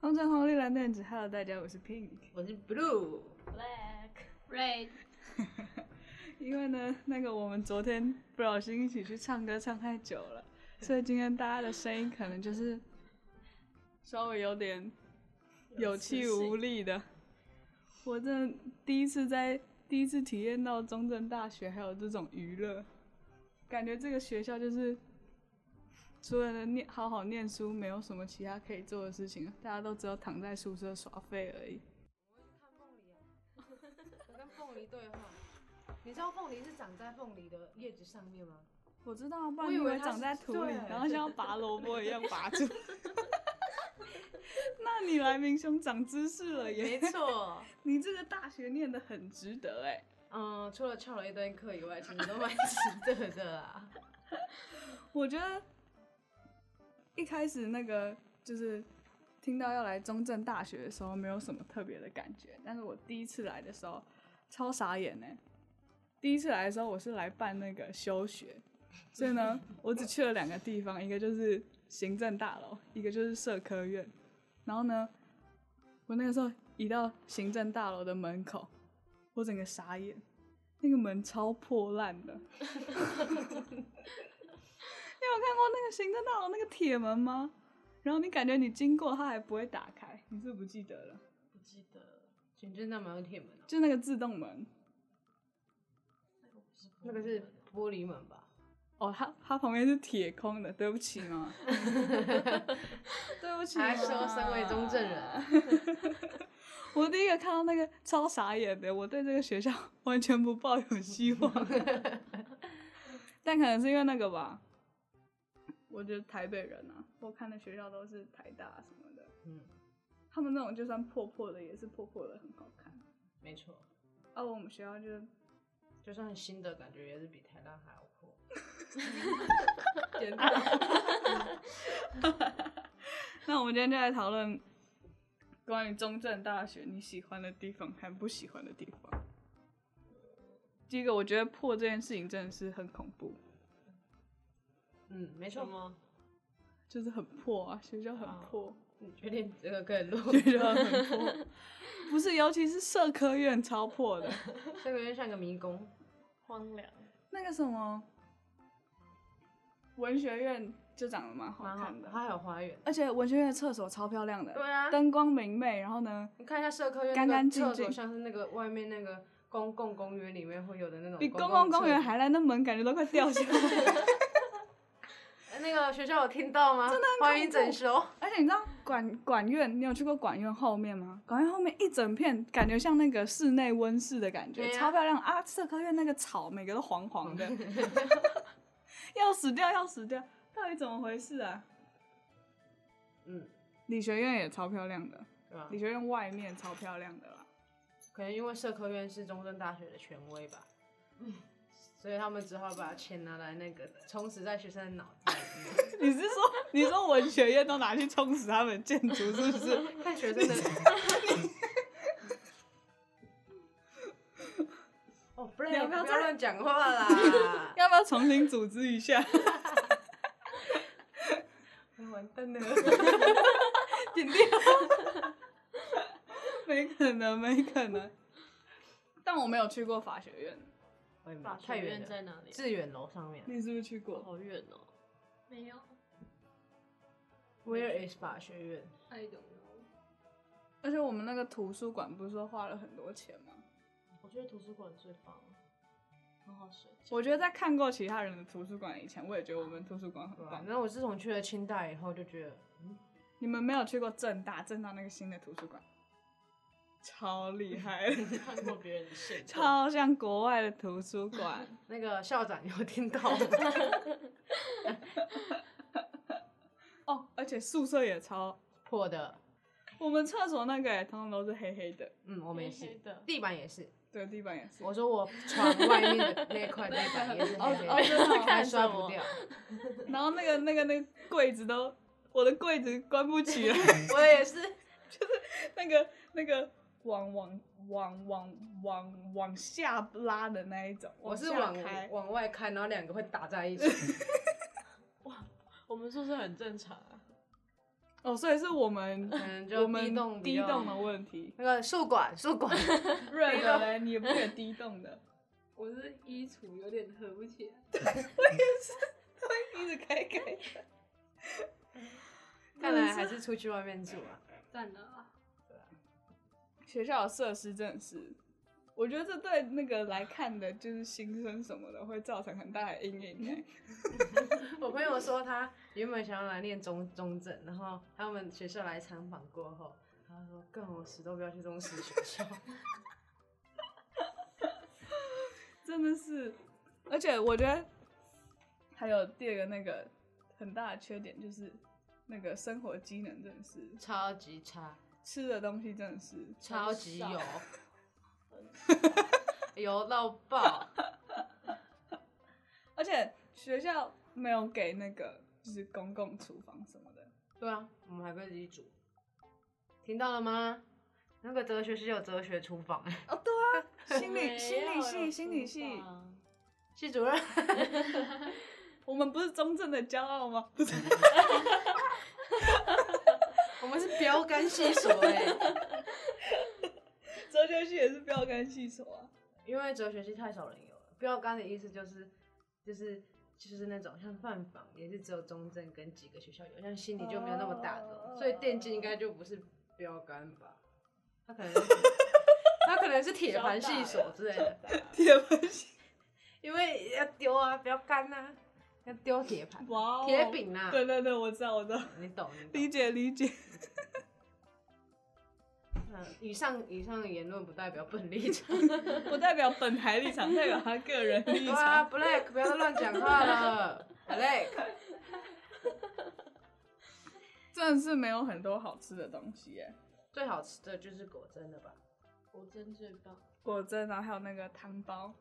红橙黄绿蓝靛紫，Hello，大家，我是 Pink。我是 blue， Black Red，因为呢，那个我们昨天不小心一起去唱歌，唱太久了，所以今天大家的声音可能就是稍微有点有气无力的。我真的第一次在第一次体验到中正大学还有这种娱乐，感觉这个学校就是除了能念好好念书，没有什么其他可以做的事情了，大家都只有躺在宿舍耍废而已。我会去看凤梨啊，我跟凤梨对话。你知道凤梨是长在凤梨的叶子上面吗？我知道，不然我你以为以为它长在是土里，对然后像拔萝卜一样拔住。 那你来明兄长知识了耶！错。你这个大学念的很值得哎。嗯，除了翘了一堆课以外，其实都蛮值得的啊啦。我觉得一开始那个就是听到要来中正大学的时候，没有什么特别的感觉，但是我第一次来的时候超傻眼呢、第一次来的时候，我是来办那个休学，所以呢，我只去了两个地方，一个就是行政大楼，一个就是社科院。然后呢，我那个时候一到行政大楼的门口，我整个傻眼，那个门超破烂的。你有看过那个行政大楼那个铁门吗？然后你感觉你经过它还不会打开，你是不是不记得了？不记得，全真的蛮有铁门哦、就那个自动门那个是玻璃门吧？哦，它它旁边是铁空的，对不起 嘛，对不起嘛。还说身为中正人，我第一个看到那个超傻眼的，我对这个学校 完全不抱有希望。 但可能是因为那个吧，我觉得台北人啊，我看的学校都是台大什么的，嗯，他们那种就算破破的也是破破的很好看。没错，而、哦我们学校 就是就算很新的感觉也是比台大还要破。简单。嗯 那我们今天就来讨论关于中正大学你喜欢的地方和不喜欢的地方。第一个，我觉得破这件事情真的是很恐怖，嗯，没错吗？就是很破啊，学校很破，你嗯确定这个可 以录？学校很破，不是，尤其是社科院超破的，这个有点像个迷宫。荒凉，那个什么文学院就长得蛮好蛮好看，的，它还有花园。而且文学院的厕所超漂亮的，对啊灯光明媚，然后呢，你看一下社科院干那干个净厕所，净像是那个外面那个公共公园里面会有的那种比公共共厕公园所。还烂，那门感觉都快掉下来了。呃那个学校有听到吗？真的很欢迎整修。 而且你知道管管院，你有去过管院后面吗？管院后面一整片，感觉像那个室内温室的感觉，对啊超漂亮啊！社科院那个草每个都黄黄 的，要死掉要死掉，到底怎么回事啊？嗯，理学院也超漂亮的，对吧理？学院外面超漂亮的 啦。可能因为社科院是中正大学的权威吧，嗯所以他们只好把钱拿来那个充实在学生的脑子 里你是说你说文学院都拿去充实他们建筑是不是？ 面，看学生的。哦，不然你要你不不要要再！乱讲话啦 要不要重新组织一下？完蛋了， 剪掉。 没可能，没可能。但我没有去过法学院，我也没法太学远院了，在哪里啊？致远楼上面。你是不是去过？好远哦。没有 Where is 法学院？ ，I don't know。而且我们那个图书馆不是说花了很多钱吗？我觉得图书馆最棒，很好睡觉。我觉得在看过其他人的图书馆以前，我也觉得我们图书馆很对吧棒？。那我自从去了清大以后，就觉得，嗯，你们没有去过正大，正大那个新的图书馆超厉害的，看过别人的 睡 觉，超像国外的图书馆。那个校长有听到吗？ 哦，而且宿舍也超，破的，我们厕所那个也通通都是黑黑的，嗯，我们也是黑黑的，地板也是。对，地板也是。我说我床外面的那块地板 也是黑黑哦哦真的哦的，还刷不掉。然后那个那个那个柜子都，我的柜子关不起来，我也是，那个那个往往往往往往下拉的那一种，我是往往下开，往外看，然后 两个会打在一起。我们宿舍很正常啊。哦，所以是我们可能我就们低动比低较动的问题。那个宿管 宿管，瑞德嘞，你也不给低动 的，我是衣橱有点合不起来，一直改改。看来还是出去外面住啊。算了啊，学校的设施真的是，我觉得这对那个来看的，就是新生什么的，会造成很大的阴影 欸。我朋友说他原本想要来念中中正，然后他们学校来参访过后，他说：“更我死都不要去中实学校。 真的是，而且我觉得还有第二个那个很大的缺点就是，那个生活机能真的是”超级差，吃的东西真的是超级很 油少，油到爆。而且学校没有给那个就是公共厨房什么的，对啊，我们还可以自己煮。听到了吗？那个哲学系有哲学厨房，哎，哦啊 心没理有心理系心理系，厨房系主任。我们不是中正的骄傲吗？不是， 我们是标杆系所哎、哲学系也是标杆系所啊。因为哲学系太少人有了。标杆的意思就是，就是就是那种像饭坊也是只有中正跟几个学校有，像心理就没有那么大的，哦所以电竞应该就不是标杆吧？它可能是 它可能是铁盘系所之类的，铁板系，因为要丢啊，标杆啊，要丢铁盘、哇哦，铁饼啊，对对对，我知道我知道，你懂你懂。理解理解。嗯，以上以上的言论不代表本立 场。不代表本台立场，代表他个人立对啊场。 ，Black，不要再乱讲话了，Black。 真的是没有很多好吃的东西耶，最好吃的就是果真的吧，果真最棒，果真，然后还有那个汤包，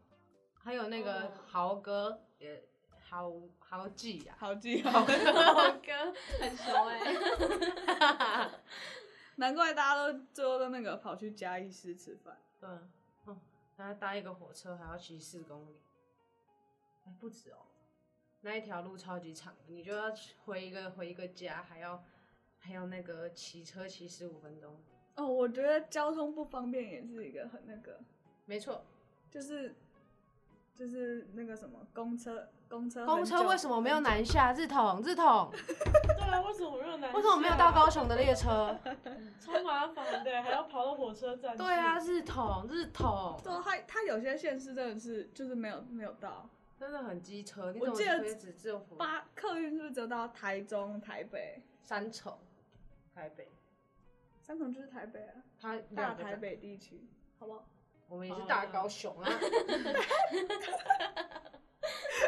还有那个哦豪哥也豪豪记呀、好记啊好。我哥很熟欸哎、 难怪大家都最后都那个跑去嘉义市吃饭，对啊，嗯，他搭一个火车还要骑四公里，哎不止哦，那一条路超级长的，你就要回一个回一个家，还要还要那个骑车骑十五分钟，哦，我觉得交通不方便也是一个很那个，没错。就是就是那个什么公车，公车很久，公车为什么没有南下？日统 日统， 对啊，为什么没有南？为什么没有到？高雄的列车？啊超麻烦的，还要跑到火车站。对啊，，日统日统，对，啊它它有些县市真的是就是没有没有到真的很机车。你我怎么记得可以只只有福八客运是不是只有到台中、台北？三重、台北？三重就是台北啊，他大两个台站北地区，好不好？我们也是大高雄啊。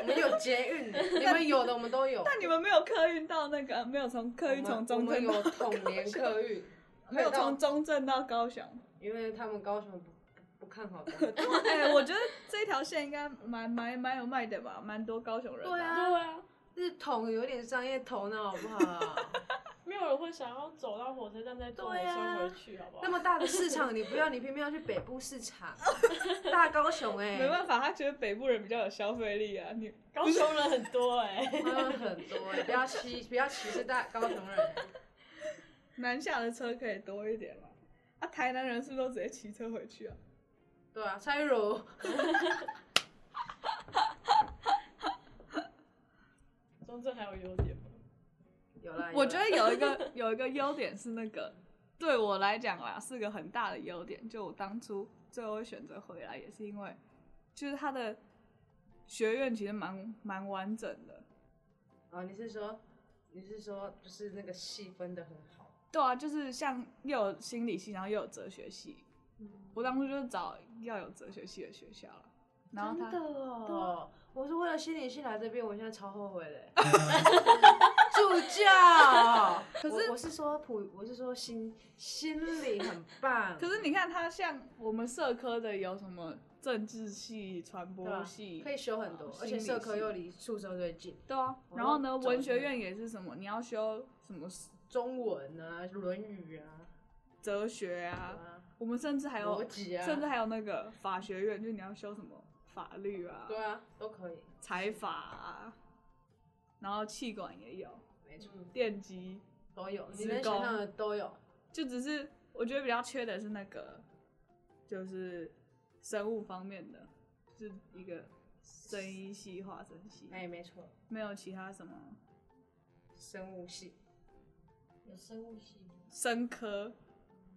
我们有捷 运，你们有的我们都有。那你们没有客运到那个，啊没有从客运从中我们正有到，统联客 运，没有到从，中正到高 雄。因为他们高雄不不看好中 国。哎、我觉得这条线应该蛮蛮蛮有卖点吧，蛮多高雄人。对，啊，对啊，日统有点商业头脑，好不好？没有人会想要走到火车站再坐火对啊车回去，好不好那？么大的市场，你不要，你偏偏要去北部市场，大高雄哎、没办法，他觉得北部人比较有消费力啊。你高雄人很多哎、他们很多哎、不要歧，不要歧视大高雄人、南下的车可以多一点嘛？啊，台南人是不是都直接骑车回去啊？对啊，蔡玉茹，中正还有优点吗？有啦。有我啦觉得有一个 有一个优点是那个，对我来讲啦，是个很大的优点。就我当初最后会选择回来，也是因为，就是他的学院其实蛮蛮完整的。哦，你是说，你是说，就是那个戏分的很好，对啊，就是像又有心理系，然后又有哲学系。嗯我当初就是找要有哲学系的学校了。然后真的他哦，我是为了心理系来这边，我现在超后悔的。 助教，可我是我是说普，我是说心心理很棒，可是你看他像我们社科的有什么政治系、传对播啊系，可以修很多哦，而心且理社科系又离宿舍最近，对啊。我然后要呢，哦找文学什么院也是什么，你要修什么中文啊，《论语》啊，哲学对啊，啊我们甚至还有逻辑啊，甚至还有那个法学院，就是你要修什么法律啊、对啊，都可以，财法啊，然后气管也有，没错，嗯，电机都有，你职能想工象的都有。就只是我觉得比较缺的是那个，就是生物方面的，就是一个生医系、化生系，哎，没错，没有其他什么生物系有生物系吗？生科，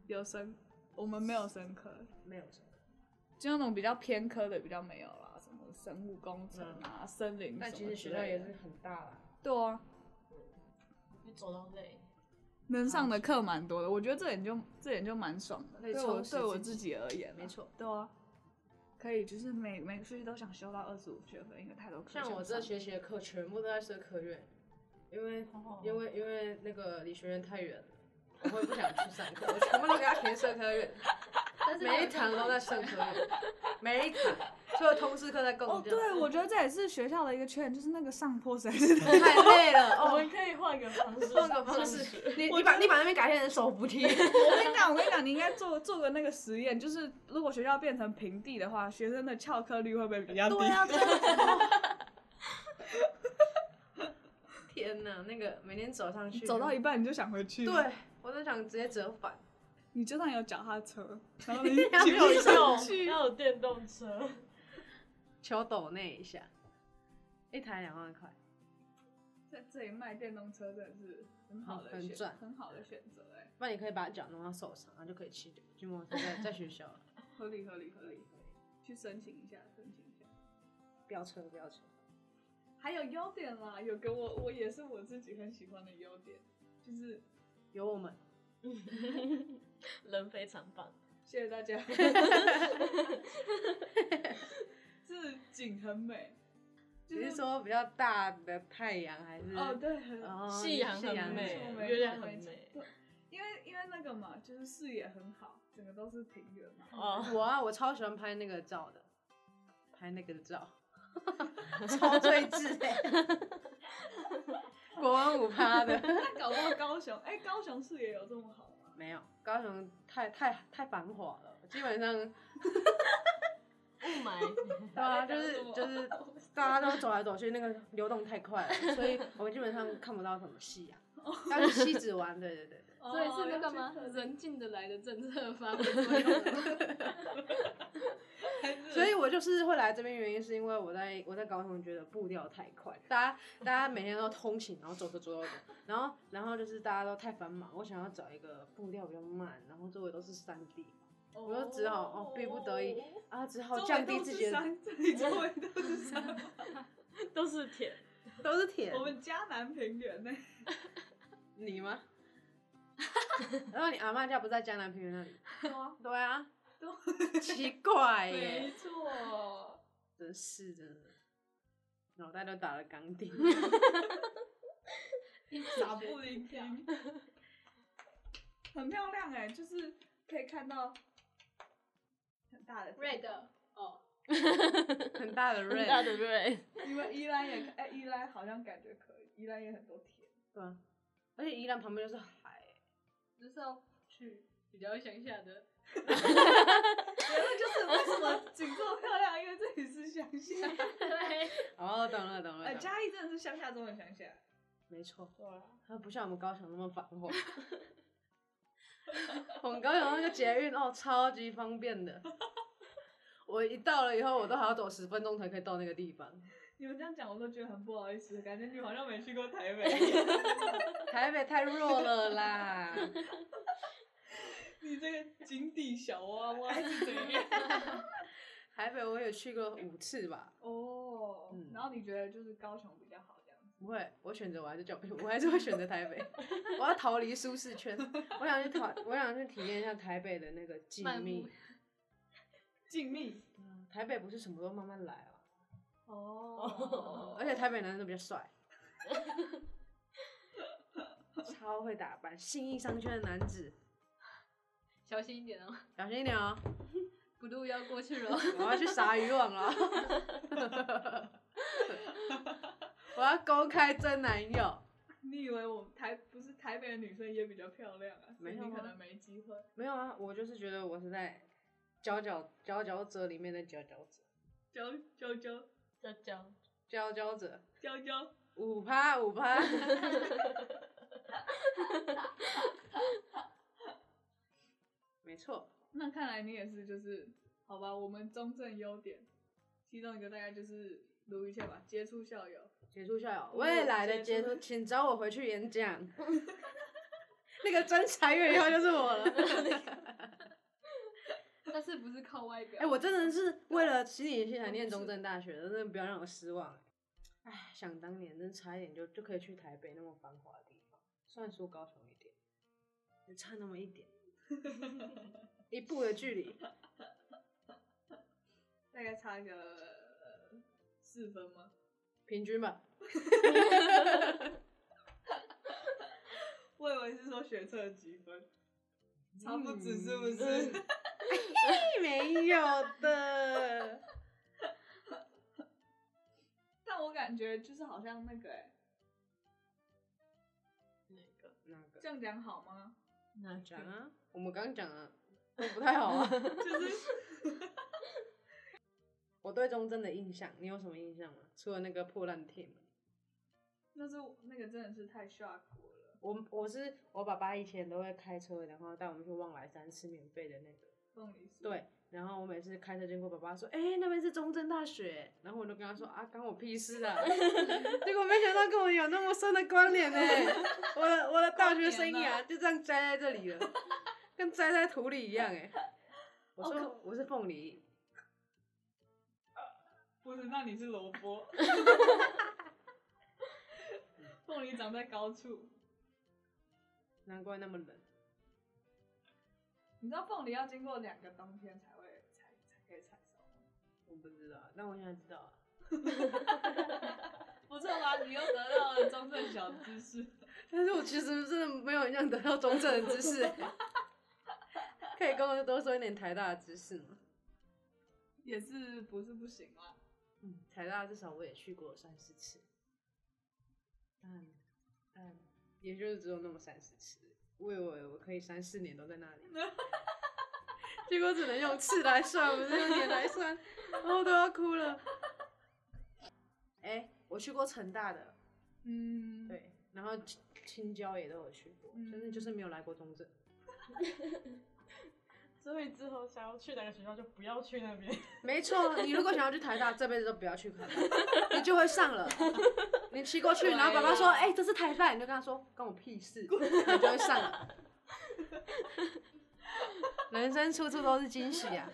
有生我们没有生科，没有什么，就那种比较偏科的比较没有啦，什么生物工程啊、森林什么之类的。但嗯其实学校也是很大啦。对啊，会走到累，能上的课蛮多的，我觉得这点就这点就蛮爽的，嗯可以对我充实对我自自己而言啊，没错对啊，可以就是每每个学期都想修到二十五学分，因为太多课想像上。我这学期的课全部都在社科院，因为哦因为因为那个理学院太远了，我也不想去上课，我全部都给他填社科院，但是每一堂都在社科院，每一堂除了通识课在共哦，教，对，我觉得这也是学校的一个缺点，就是那个上坡实在是太太累了我哦。们可以换个方式，换个方式，你你把你把那边改变成手扶梯，我跟你讲，我跟你讲，你应该做做个那个实验，就是如果学校变成平地的话，学生的翘课率会不会比较低？对啊，真的。 天哪，那个每天走上去，走到一半你就想回去，，对啊我都想直接折返。你就算有脚踏 车，然后你骑不上去，要有电动车，求抖那一下，一台两万块，在这里卖电动车真的是很好的很选，赚很好的选择，哎，不然你可以把脚弄到手上，然后就可以骑骑摩托车在在学校了。合理合理合理，去申请一下，申请一下。飙车飙车，还有优点啦，有给我我也是我自己很喜欢的优点，就是有我们，人非常棒。谢谢大家，是景很美，就你是说比较大的太阳还是？哦对，很哦，夕阳夕很阳美没错很月亮没很错美对因为因为那个嘛，就是视野很好，整个都是平原嘛。哦，我啊，我超喜欢拍那个照的，拍那个照， 超睿智哎、国文五趴的那搞不好高雄，哎、高雄视野有这么好吗？没有，高雄太太太繁华了，基本上雾 霾，对啊，就是在讲什么就是大家都走来走去，那个流动太快了，所以我们基本上看不到什么夕阳。要去西子湾，对对对对，所以是那个吗？人人进得来的政策发挥作用吗。所以我就是会来这边，原因是因为我在我在高雄觉得步调太快，大家大家每天都通勤，然后走走走走走，然后然后就是大家都太繁忙，我想要找一个步调比较慢，然后周围都是山地我就只好哦逼不得已啊，只好降低自己的周围都是山，都是甜， 都是铁我们嘉南平原呢、你吗？ 然后你阿妈家不在江南平原那里？对啊，对啊，对 奇怪耶。没 错。真是的，脑袋都打了钢钉。 傻布林厅， 很漂亮哎、就是可以看到很大的。 Red 哦，很大 的啊 r 很 a 大的瑞，你们宜兰也哎、宜兰好像感觉可以，宜兰也很多 田。对啊，而且宜兰旁边就是海，就是要去比较乡下的 结论就是为什么景这么漂亮，因为这里是乡啊下。对，哦，懂了懂了，呃，懂了嘉义真的是乡下中的乡下。没错，对啊，它不像我们高雄那么繁 华。我们高雄那个捷运哦，超级方便的。我一到了以后，我都还要走十分钟才可以到那个地方。你们这样讲我都觉得很不好意思，感觉你好像没去过台北。 台北太弱了啦， 你这个井底小蛙蛙是怎样？台北我有去过五次吧。哦、嗯然后你觉得就是高雄比较好这样子？不会，我选择我还是叫，我还是会选择台北。我要逃离舒适圈，我想去逃，我想去体验一下台北的那个静漫谧步。静谧。嗯台北不是什么都慢慢来啊，哦 而且台北男生都比较帅，超会打扮，信义商圈的男子，小心一点哦，小心一点哦，不路要过去 了。我要去撒渔网了，我要公开真男友。你以为我们台不是台北的女生也比较漂亮啊？所以没有你可啊能没机会。没有啊，我就是觉得我是在佼佼佼佼者里面的佼佼者，娇娇娇娇娇，佼佼者。娇娇，五趴五趴， 没错，那看来你也是，就是好吧，我们中正优点，其中一个大概就是如一下吧，接触校 友。杰出校友，未来的杰出，请找我回去演 讲。那个真裁员以后就是我了。 但是不是靠外表？哎、我真的是为了心理系才念中正大学的，真的不要让我失望、哎，想当年真差一点就就可以去台北那么繁华的地方，虽然说高雄一点，也差那么一 点，一步的距离。大概差个呃四分吗？平均吧，我以为是说学测几分，嗯差不止是不是？ 嘿没有的，但我感觉就是好像那个、欸， 那个这样讲好吗？那讲啊，我们刚刚讲啊，都不太好啊。就是 我对中正的印象，你有什么印象吗？除了那个破烂铁门，那是那个真的是太 shock 我了，我我是我爸爸以前都会开车，然后带我们去望来山吃免费的那个。凤梨酥。对，然后我每次开车经过，爸爸说：“哎、那边是中正大学。”然后我就跟他说：“啊，关我屁事啊！” 结果没想到跟我有那么深的关联呢、我的我的大学生关联啊涯就这样栽在这里了，跟栽在土里一样 哎、我哦说、我是凤梨，不是，那你是萝卜。 凤梨长在高处，难怪那么冷。你知道凤梨要经过两个冬天才会才才可以采收吗？我不知道，但我现在知道了。 不错吧？你又得到了中正小知识。但是我其实真的没有很想得到中正的知识、 可以跟我多说一点台大的知识吗？ 也是不是不行啦，嗯，台大至少我也去过三四次，但但也就是只有那么三四次，我以为我可以三四年都在那里， 结果只能用次来算，不是用年来算，然后都要哭 了。哎、我去过成大的，嗯，，对，然后青青椒也都有去过，嗯真的就是没有来过中正。所以之后想要去哪个学校就不要去那 边。没错，你如果想要去台大，这辈子都不要去台大，你就会上 了。你骑过去，对然后爸爸说：“啦哎、这是台大。”你就跟他说：“关我屁事。”你就会上了。人生处处都是惊喜 啊！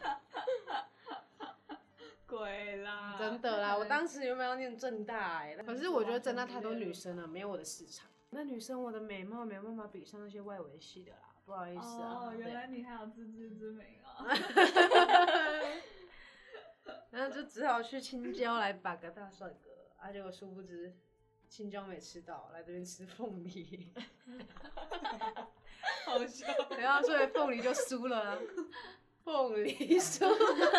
鬼啦，真的啦，我当时原本要念正大哎、可是我觉得正大太多女生了，没有我的市场。那女生我的美貌没有办法比上那些外围系的啦，不好意思啊。哦，对原来你还有自知之明啊！ 然后就只好去青椒来把个大帅哥，啊，结果殊不知青椒没吃到，来这边吃凤梨，好笑，然后所以凤梨就输了、啊，凤梨输了，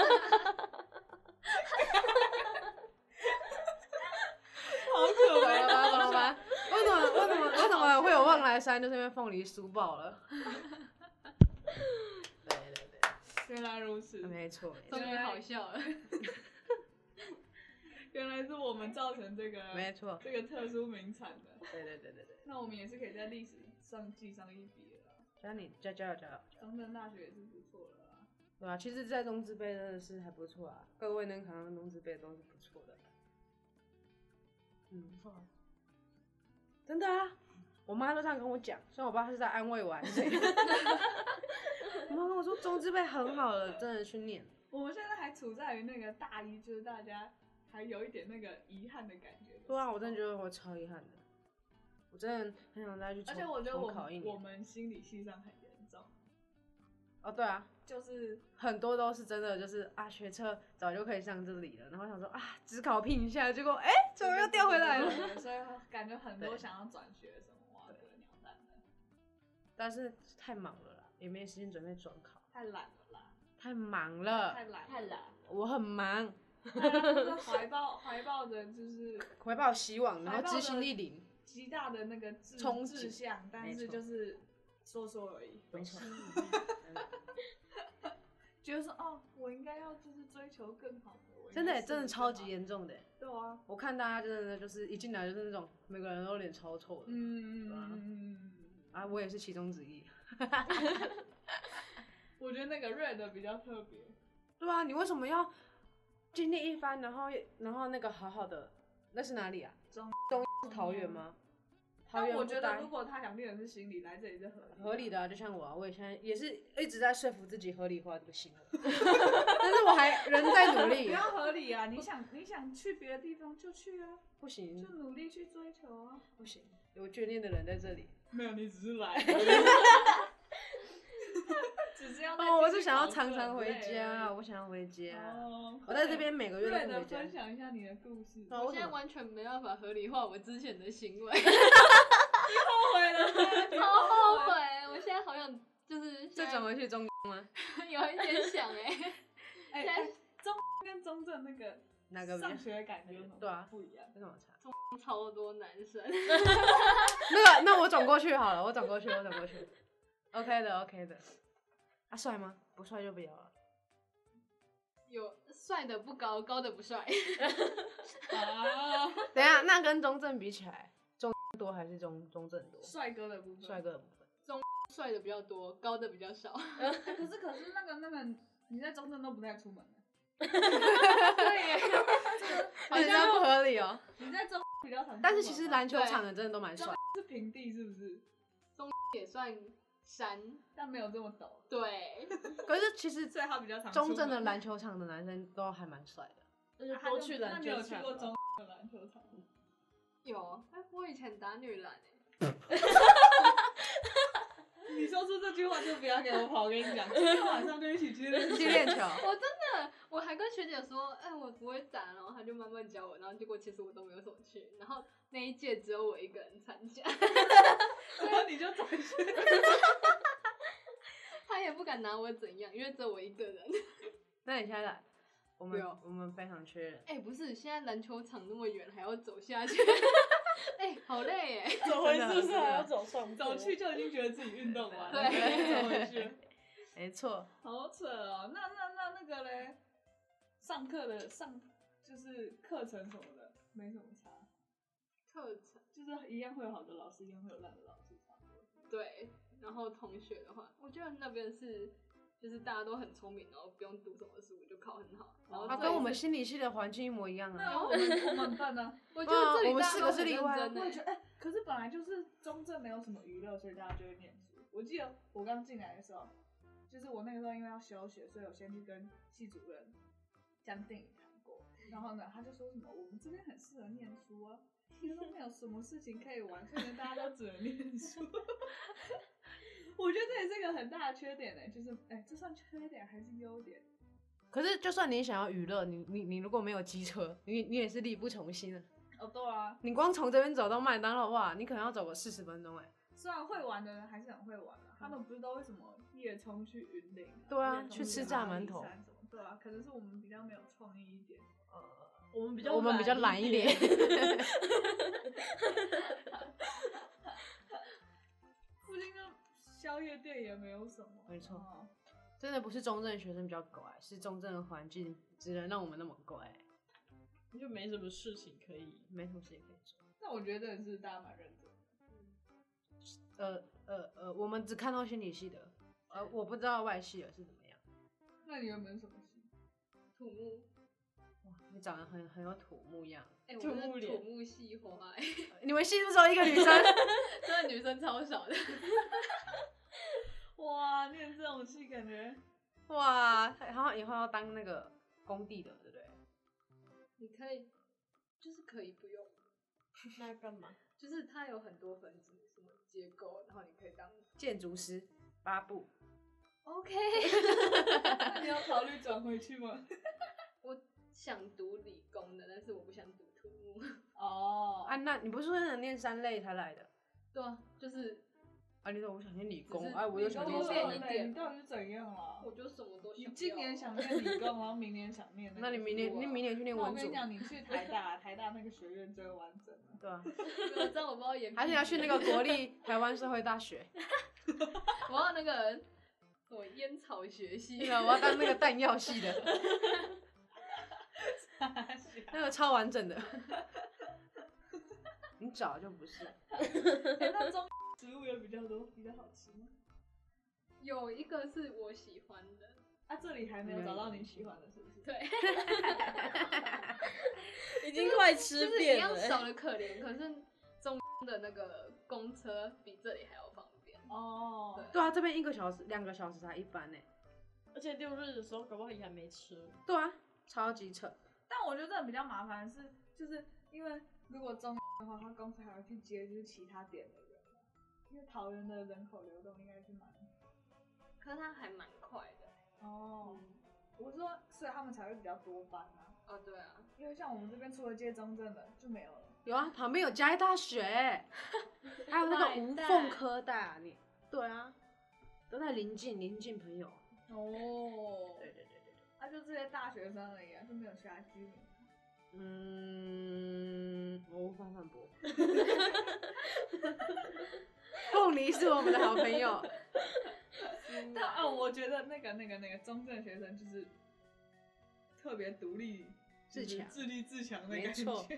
好可懂了吧？懂了吧？为什么为什么为什么会有望来山？就是因为凤梨输爆了。 对对原来如此对，，没错，没终错于好笑了。原来是我们造成这个没错，这个特殊名产的。对对对对对，那我们也是可以在历史上记上一笔了啦。加你加加油加油！中正大学也是不错了啦。对啊，其实，在中资杯真的是还不错啊，各位能考上中资杯都是不错的。嗯，啊真的啊，我妈都这样跟我讲，虽然我爸是在安慰我还是谁， 我妈跟我说中资杯很好了，真的去念。我们现在还处在于那个大一，就是大家还有一点那个遗憾的感觉。对啊，我真的觉得我超遗憾的，我真的很想再去重而且我觉得重我考一们我年。们心理系上很严重，哦，对啊，就是很多都是真的，就是啊，学测早就可以上这里了，然后想说啊，只考拼一下，结果哎、怎么又掉回来了？了，所以感觉很多对想要转学什么哇，这个鸟蛋的，但是太忙了啦，也没时间准备转考，太懒了啦，太忙了太，懒，太懒了。我很忙，大家都是怀抱 怀抱着就是怀抱希望，然怀抱后着执行力零，极大的那个志憧憬志向，但是错就是说说而已，没错，觉得说哦，我应该要就是追求更好的，我应该真的是真的更超级好严重的，对啊，我看大家真的就是一进来就是那种每个人都脸超臭啊的，嗯嗯嗯嗯嗯嗯嗯嗯嗯啊，我也是其中之一。我觉得那个 red 比较特别，对啊，你为什么要经历一番，然后然后那个好好的，那是哪里啊？中中是桃园吗？桃但园我不觉待得如果他想练的是心理，来这里是合理的合理的、啊，就像我、啊，我也现在也是一直在说服自己合理化这个行为， 但是我还人在努不力，要合理啊！你想你想去别的地方就去啊，不就行努力去追求啊。不行，有眷恋的人在这里。 没有，你只是来， 只是要再哦，我继是续想要讨常论常回之类家，的。我想要回家。哦，我在这边每个月都瑞会的回家分。享一下你的故事，对啊后为悔什了么我现在完全没办法合理化我之前的行为， 吗，超后悔。我现在好想就是这现在转回去中， 有一点想 哎，哎现在跟中正那个哪个比 较上学的感觉有什么对啊不一样？有什么差？超多男生，那个，那我转过去好了，我转过去，我转过去。OK 的，OK 的。啊，帅吗？不帅就不要了。有帅的不高，高的不帅，啊， 等一下，那跟中正比起来，中多还是中中正多？帅哥的部分，帅哥的部分。帅的比较多，高的比较少。哎 可是可是那个那个你在中正都不带出门的，好像不合理哦。你在 中比较常出门吧，但是其实篮球场的真的都蛮帅。是平地是不是？也算山，但没有这么陡，对，可是其实所以他比较常中正的出门篮球场的男生都还蛮帅的。那就他就多去篮那你球有去场过吧。中正的篮球场吗？有。哎我以前打女篮、欸，你说出这句话就不要给我跑，我跟 你讲，今天晚上就一 起去练。去练球，我真的，我还跟学姐说，哎、我不会打，然后她就慢慢教我，然后结果其实我都没有怎么去，然后那一届只有我一个人参加， 然后你就转学，她也不敢拿我怎样，因为只有我一个人。那你现在来，我们不要我们非常缺 人，哎、不是，现在篮球场那么远，还要走下去， 哎、好累哎。走回啊宿舍还要走上走坡去就已经觉得自己运动完了，对然后走回去，没错。好扯哦。那那那那个嘞，上课的上就是课程什么的，没什么差，课程就是一样会有好的老师，一样会有烂的老师，差不多。对，然后同学的话，我觉得那边是。就是大家都很聪明，然后不用读什么书就考很好，然后啊，这跟里我们心理系的环境一模一样啊。那我们我们班呢？我觉得这啊里我们大家四都个是很例认外啊真我欸也觉得哎、可是本来就是中正没有什么娱乐，所以大家就会念书。我记得我刚进来的时候，就是我那个时候因为要休学，所以我先去跟系主任讲电影谈过。然后呢，他就说什么我们这边很适合念书啊，因为都没有什么事情可以玩，所以呢大家都只能念书。 我觉得这也是一个很大的缺点呢、就是哎、这算缺点还是优点？可是，就算你想要娱乐，你你你如果没有机车，你你也是力不从心啊。哦，对啊，你光从这边走到麦当劳哇，你可能要走个四十分钟哎、虽然会玩的人还是很会玩的、他们不知道为什么夜冲去云林、嗯对啊夜冲去吃炸馒头阿里山什么，对啊，可能是我们比较没有创意一点。我们比较我们比较懒一点。附近的宵夜店也没有什么，没错哦 真的不是中正的学生比较乖，是中正的环境只能让我们那么乖，就没什么事情可以。没什么事也可以做。那我觉得真的是大家蛮认真的。呃呃呃，我们只看到心理系的，呃，我不知道外系的是怎么样。那你有没有什么事？土木，哇，你长得很很有土木样。呃哎、我土们木是脸土木系花、 欸，你们系是不是有一个女生？真的女生超少的。哇，念这种戏感觉哇，她好像以后要当那个工地的，对不对？你可以，就是可以不用，那干嘛？就是它有很多分支，什么结构，然后你可以当建筑师八部， OK。 那你有考虑转回去 吗？我想读理工的，但是我不想读土木。哦，啊，那你不是说想念三类才来的？对啊，就是啊，你说我想念理只工，是哎、我又你想都念多三练了一类。嘞，点你到底是怎样了我？就什么都想要。啊你今年想念理工，然后明年想念那个你书明年，啊你明年去念那我文跟组你，讲，你去台大， 台大那个学院最完整 了。对啊，我知道我不知道 研，还是要去那个国立台湾社会大 学，我要那个什么烟草学系对。啊，我要当那个弹药系的，那个 超完整的。你早就不是，哎那中植物有比较多，比较好吃吗？有一个是我喜欢的，啊，这里还没有找到你喜欢的，是不是？对， 已经快吃就是一遍样了欸。少的可怜，可是中的那个公车比这里还要方便。哦，对对啊，这边一个小时、两个小时才一班呢、欸而且六日的时候，搞不好也还没吃。对啊，超级扯。但我觉得这比较麻烦的是，就是因为如果中的话，他公司还要去接就是其他点的人，因为桃园的人口流动应该是蛮可是它还蛮快的。哦，我是说，所以他们才会比较多班啊，哦，对啊，因为像我们这边除了接中正的就没有了。有啊，旁边有嘉义大 学，还有那个无缝科大，你对啊，都在临近临近朋友。哦对对对对对，那、就这些大学生而已啊，就没有其他居民。嗯，我无法反 驳。凤梨是我们的好朋友，但啊，我觉得那个那个那个中正学生就是特别独立、自就是强自立自强的没感错觉，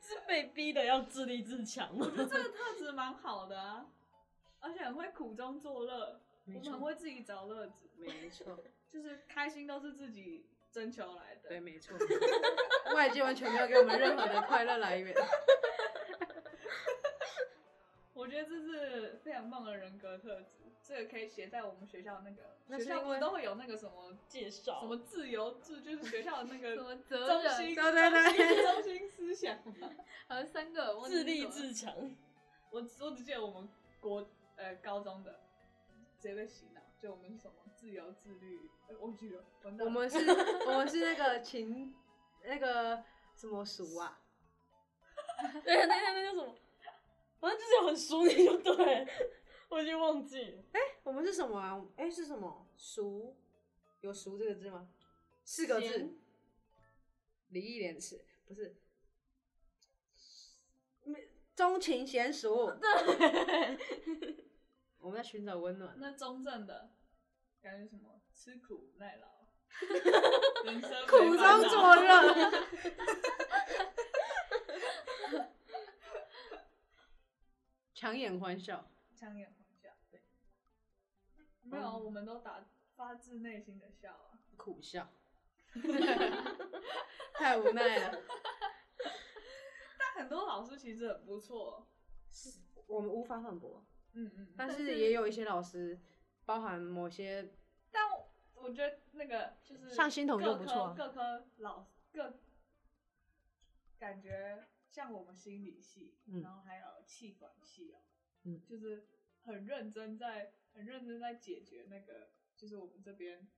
是 被逼的要自立自强吗？ 这个特质蛮好的啊，而且很会苦中作乐，我没们很错，会自己找乐子，没错，就是开心都是自己征求来的。对，没错。外界完全没有给我们任何的快乐来源。我觉得这是非常棒的人格特质，这个可以写在我们学校那个那学是校因不是为都会有那个什么介绍什么自由自，就是学校的那什个么责中心任，对对对中心中心思想嘛。好像三个，我忘记自立是什么自强，我我只记得我们国呃高中的直接被洗脑，就我们是什么自由自律，呃、忘记了，完蛋了我们是，我们是那个秦，那个什么熟啊？对啊，那那那叫什么？反正就是很熟你就对了， 我已经忘记了。我们是什么啊？哎、是什么？熟？有“熟”这个字吗？四个字咸。礼义廉耻不是？没钟情娴熟。我们在寻找温暖。那中正的感觉什么吃苦耐劳，人生没苦中烦恼作乐。 强颜欢笑。强颜欢笑，对，没哦有啊，我们都打发自内心的笑啊。苦笑， 太无奈了。 但很多老师其实很不错，哦我们无法反驳，嗯嗯，但是也有一些老师，包含某些但我觉得那个就是像新统就不错啊各科各科老各感觉像我们心理系，嗯然后还有气管系哦，嗯就是很认真在很认真在解决那个就是我们这边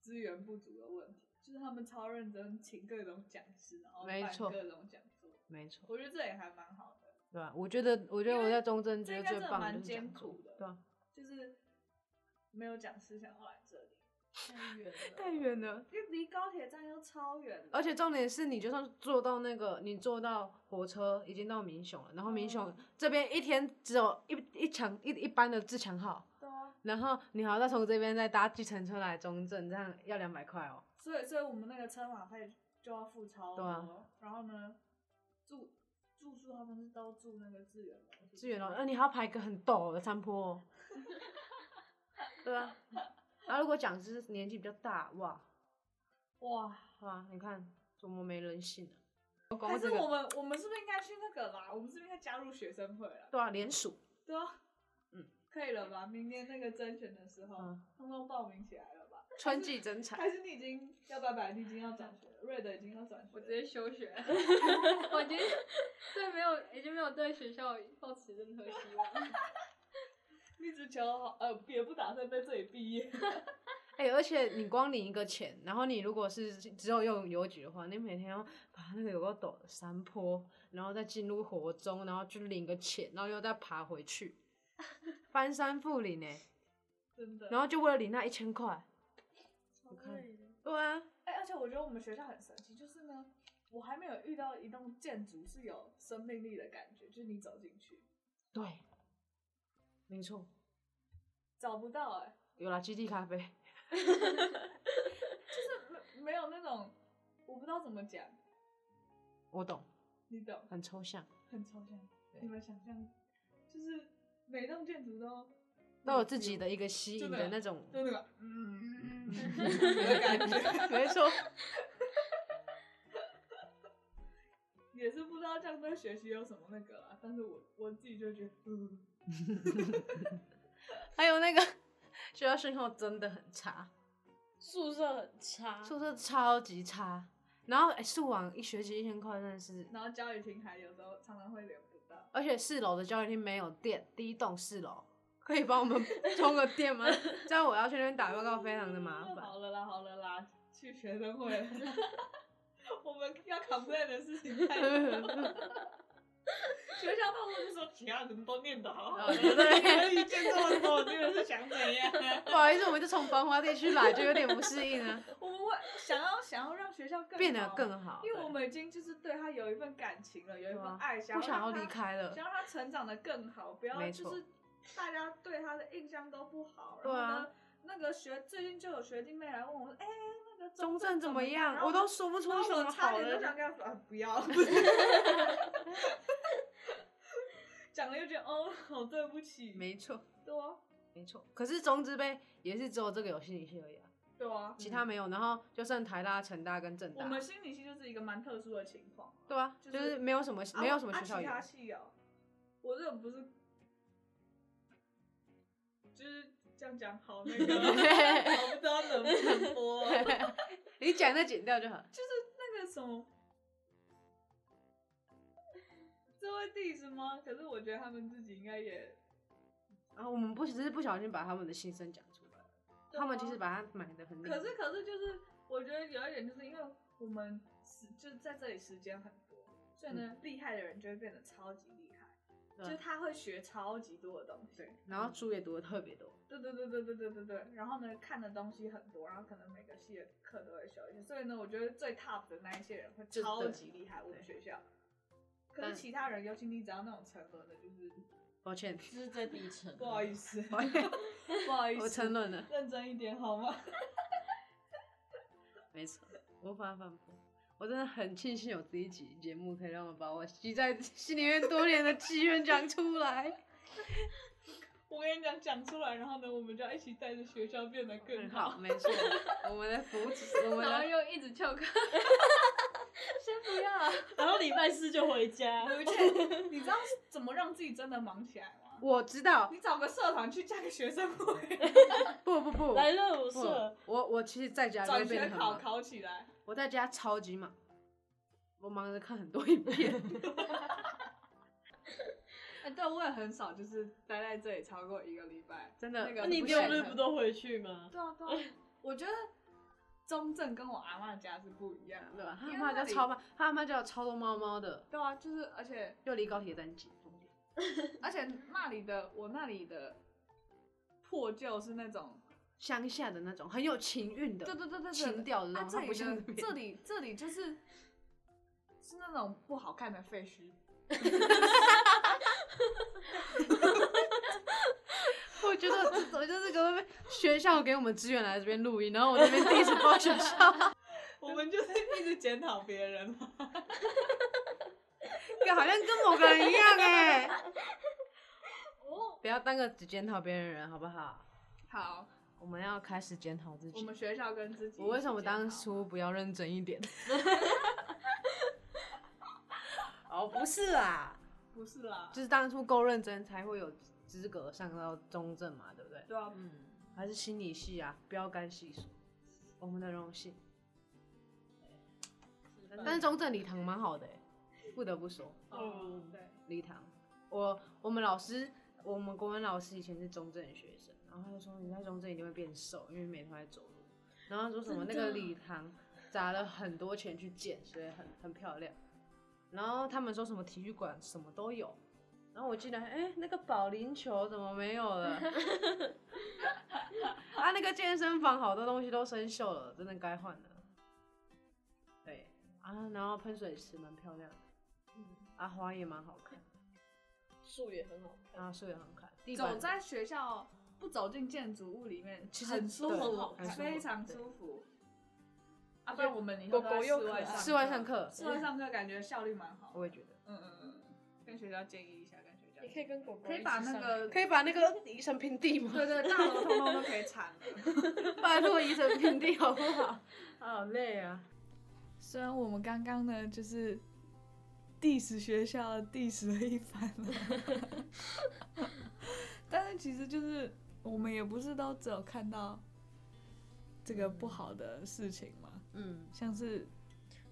资源不足的问题，就是他们超认真请各种讲师，然后没办错各种讲座，没错，我觉得这也还蛮好的。对吧、啊我觉得，我觉得因为我在中正觉得这应该真最的棒蛮就是艰讲苦座的，对、啊，就是没有讲师想要来这里，太远了， 太远了，因为离高铁站又超远了，而且重点是你就算坐到那个，你坐到火车已经到民雄了，然后民雄嗯这边一天只有一一强一一班的自强号，对啊，然后你还要再从这边再搭计程车来中正，这样要两百块哦。所以所以我们那个车马费就要付超多，对啊然后呢，住住宿他们是都住那个资源楼，资源楼，那哦你还要爬一个很陡的山坡、哦。对啊，然后如果讲师年纪比较大，哇哇，哇，你看多么没人性啊！光还是这个我们我们是不是应该去那个啦？我们是不是应该加入学生会了？对啊，联署，对啊，嗯，可以了吧？明年那个甄选的时候，嗯通通报名起来了吧？春季征才，还是你已经要拜拜，你已经要转学了，瑞德已经要转学我了直，接休学，我已经对没有已经没有对学校抱持任何希望。一直求好，呃，也不打算在这里毕业。哎、而且你光领一个钱，然后你如果是只有用邮局的话，你每天要爬那个有个陡的山坡，然后再进入火中，然后去领个钱，然后又再爬回去，翻山覆岭哎、真的。然后就为了领那一千块，后我看，对啊，哎、而且我觉得我们学校很神奇，就是呢，我还没有遇到一栋建筑是有生命力的感觉，就是你走进去对，没错。找不到、哎，有啦，基地咖啡。没没有那种，我不知道怎么讲，我懂，你懂，很抽象。很抽象。对你们想象，就是每栋建筑都都有自己的一个吸引的那种，就那个嗯的感觉， 没错，也是不知道这样对学习有什么那个啦。但是我我自己就觉得，嗯，还有那个学校讯号真的很差，宿舍很差，宿舍超级差。然后哎，宿网一学期一千块真的是，然后教育厅还有时候常常会连不到，而且四楼的教育厅没有电，第一栋四楼可以帮我们充个电吗？ 这样我要去那边打报告非常的麻烦。 好了啦，好了啦，去学生会了。 我们要 complain 的事情太多了。学校到处就说其他人都念得好好的，哦对你 们意见这么多，你们是想怎样？不好意思，我们就从繁华地区来，就有点不适应啊， 我们为想要想要让学校更变得好更好。因为我对们已经就是对他有一份感情了，有一对啊份爱，不想想要让离他，开了想，让他成长的更好，不要没就错是大家对他的印象都不好。对啊然后呢，那个学最近就有学弟妹来问我，哎、那个正中正怎怎么样？我都说不出说什么差好点都想的。跟他说、啊、不 要，讲了又觉得哦，好对不起，没错，对啊，没错。可是中之杯也是只有这个有心理系而已啊，对啊，其他没有。然后就剩台大、成大跟政我大，们心理系就是一个蛮特殊的情况。对啊，就就是是没有什么没有什么学校啊、其有他。系哦，我这种不是，就是这样讲好那 个，我不知道能不能播，啊你讲再剪掉就好。那个什么。这会 diss 吗？可是我觉得他们自己应该也，然啊后我们不只是不小心把他们的心声讲出来，他们其实把它埋的很厉害。啊可是可是就是，我觉得有一点就是因为我们时就是在这里时间很多，所以呢，厉害的人就会变得超级厉害，对就是他会学超级多的东西。对，然后书也读的特别多，对对对对对对对对，然后呢，看的东西很多，然后可能每个系的课都会修一些，所以呢，我觉得最 top 的那一些人会就超对级厉害，我们对学校。可是但其他人，尤其你只要那种沉沦的，就是 抱歉，这是最底层。不好意思，抱歉，不好意我思，承认了，认真一点好吗？没错，无法反驳。我真的很庆幸有这一集节目，可以让我把我积在 心里面多年的积怨讲出来。我跟你讲，讲出来，然后呢，我们就要一起带着学校变得更 很好。好，没错，我们的福祉，我们然 后的又一直翘课，先不要，然后礼拜四就回家，而且你知道怎么让自己真的忙起来吗？我知道，你找个社团去加个学生 会，不不不，来热舞不社，我我其实在家就会嗯转变学得很考忙，考起来。我在家超级忙，我忙着看很多 影片。哎、对，我也很少就是待在这里超过一个礼拜。真的那那个你不六行日不都回去吗？对啊对啊，我觉得中正跟我阿妈家是不一样的。对吧？他因为妈那叫里超慢，他妈叫超多猫猫的，对啊，就是而且又离高铁站近。而且那里的我那里的破旧是那种，乡下的那种很有情韵的，对对对对情对，调的那啊种，这它不里像的这里这里就是是那种不好看的废墟，我觉得我这我就是个会被学校给我们资源来这边录音，然后我这边第一次报学校，我们就是一直检讨别人 嘛。好像跟某个人一样哎、 哦不要当个只检讨别人的人好不好？好，我们要开始检讨自我己们。学校跟自己，我为什么当？初不要认真一点？ 哦，不是啦，不是啦，就是当初够认真才会有资格上到中正嘛，对不对？对啊，还是心理系啊，标杆系所，我们的荣幸。但是中正礼堂蛮好的、欸，不得不说，哦嗯，对，礼堂，我我们老师，我们国文老师以前是中正的学生，然后他就说你在中正一定会变瘦，因为每天都在走路。然后他说什么那个礼堂砸了很多钱去建，所以很很漂亮。然后他们说什么体育馆什么都有，然后我进来，哎、那个保龄球怎么没有了？ 啊，那个健身房好多东西都生锈了，真的该换了。对啊，然后喷水池蛮漂亮的，啊，花也蛮好看，树也很好看，然后树也很好看，地走板在学校不走进建筑物里面，其实很舒对服，很舒服非常对舒服。啊，不然我们以后狗狗又都在可爱室室外外上上课，室外上课感觉效率蛮好。我也觉得。嗯嗯嗯，跟学校建议一下，跟学校你可以跟狗狗可以一起把那上个可以把那个移成平地吗？对对大楼通通都可以铲 了。拜托移成平地好不好？好累啊！虽然我们刚刚呢，就是 diss 学校 diss 了一番了但是其实就是我们也不是都只有看到这个不好的事情嘛，嗯，像是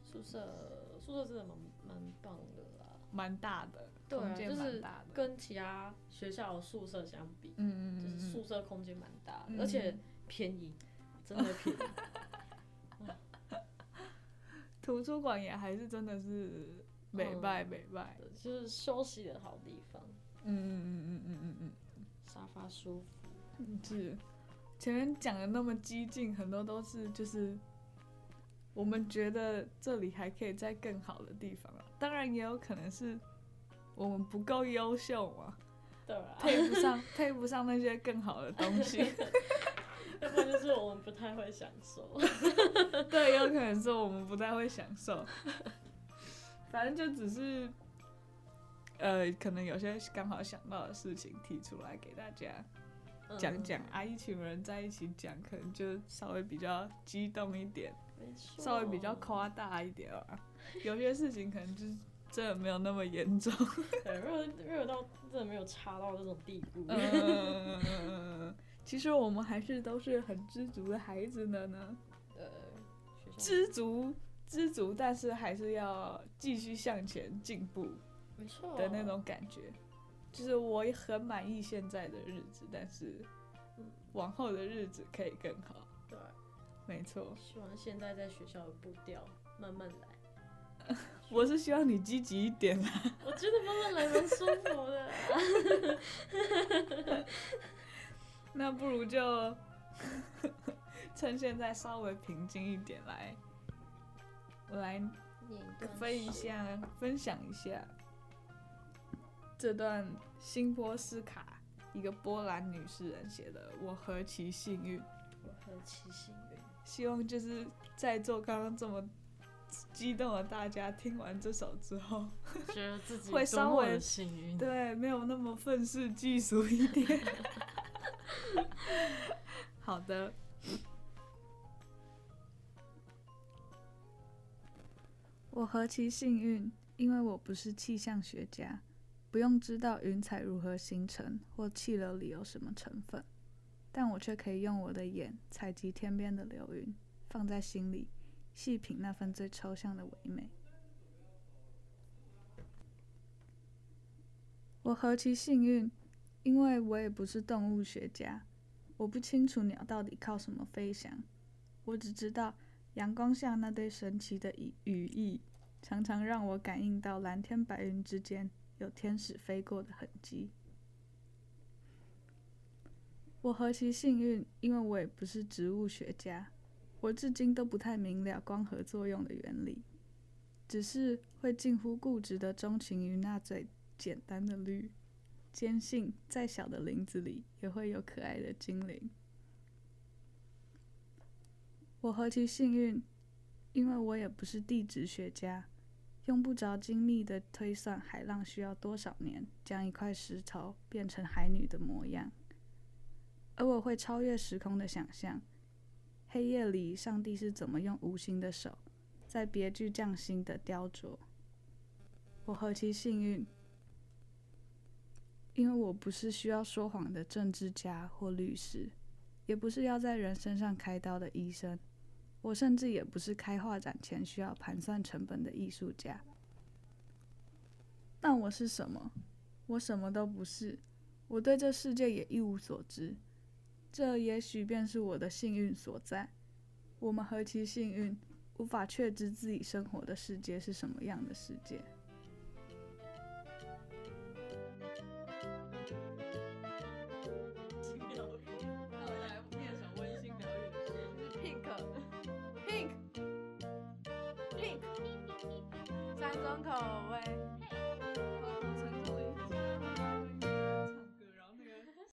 宿舍，宿舍真的蛮蛮棒的啦。蛮大的，对啊，空间就蛮是大的，跟其他学校的宿舍相比，嗯嗯嗯，就是嗯宿舍空间蛮大的，嗯而且便宜，真的 便宜。图书馆也还是真的是美拜美拜，对就是休息的好地方，嗯嗯嗯嗯嗯嗯沙发舒服。嗯，是前面讲的那么激进，很多都是就是我们觉得这里还可以在更好的地方啊，当然也有可能是我们不够优秀嘛，对啊，配不上配不上那些更好的东西， 要不然就是我们不太会享 受。嗯对，有可能是我们不太会享受， 反正就只是。呃，可能有些刚好想到的事情提出来给大家，讲嗯，讲啊，一群人在一起讲，可能就稍微比较激动一点，没错稍微比哦较夸大一点啊。有些事情可能就是真的没有那么严重。对，热热到真的没有差到这种地步。嗯， 其实我们还是都是很知足的孩子的呢，呃，学校知足知足，但是还是要继续向前进步没错的那种感觉。就是我也很满意现在的日子，但是嗯往后的日子可以更好。对，啊没错。希望现在在学校的步调慢慢来， 我是希望你积极一点啦。我觉得慢慢来蛮舒服的。那不如就 趁现在稍微平静一点来，我来念一段分一诗，下，分享一下这段新波斯卡一个波兰女诗人写的《我何其幸运》。我何其幸运。希望就是在座刚刚这么激动的大家，听完这首之后，觉得自己会多稍么的微幸运。对，没有那么愤世嫉俗一点。好的。我何其幸运，因为我不是气象学家，不用知道云彩如何形成或气流里有什么成分，但我却可以用我的眼采集天边的流云，放在心里，细品那份最抽象的唯美。我何其幸运，因为我也不是动物学家，我不清楚鸟到底靠什么飞翔，我只知道阳光下那对神奇的羽羽翼，常常让我感应到蓝天白云之间有天使飞过的痕迹。我何其幸运，因为我也不是植物学家，我至今都不太明了光合作用的原理，只是会近乎固执的钟情于那最简单的绿，坚信再小的林子里也会有可爱的精灵。我何其幸运，因为我也不是地质学家，用不着精密的推算海浪需要多少年将一块石头变成海女的模样，而我会超越时空的想象。黑夜里，上帝是怎么用无形的手，在别具匠心的雕琢？我何其幸运，因为我不是需要说谎的政治家或律师，也不是要在人身上开刀的医生，我甚至也不是开画展前需要盘算成本的艺术家。但我是什么？我什么都不是，我对这世界也一无所知。这也许便是我的幸运所在。我们何其幸运，无法确知自己生活的世界是什么样的世界。三公口。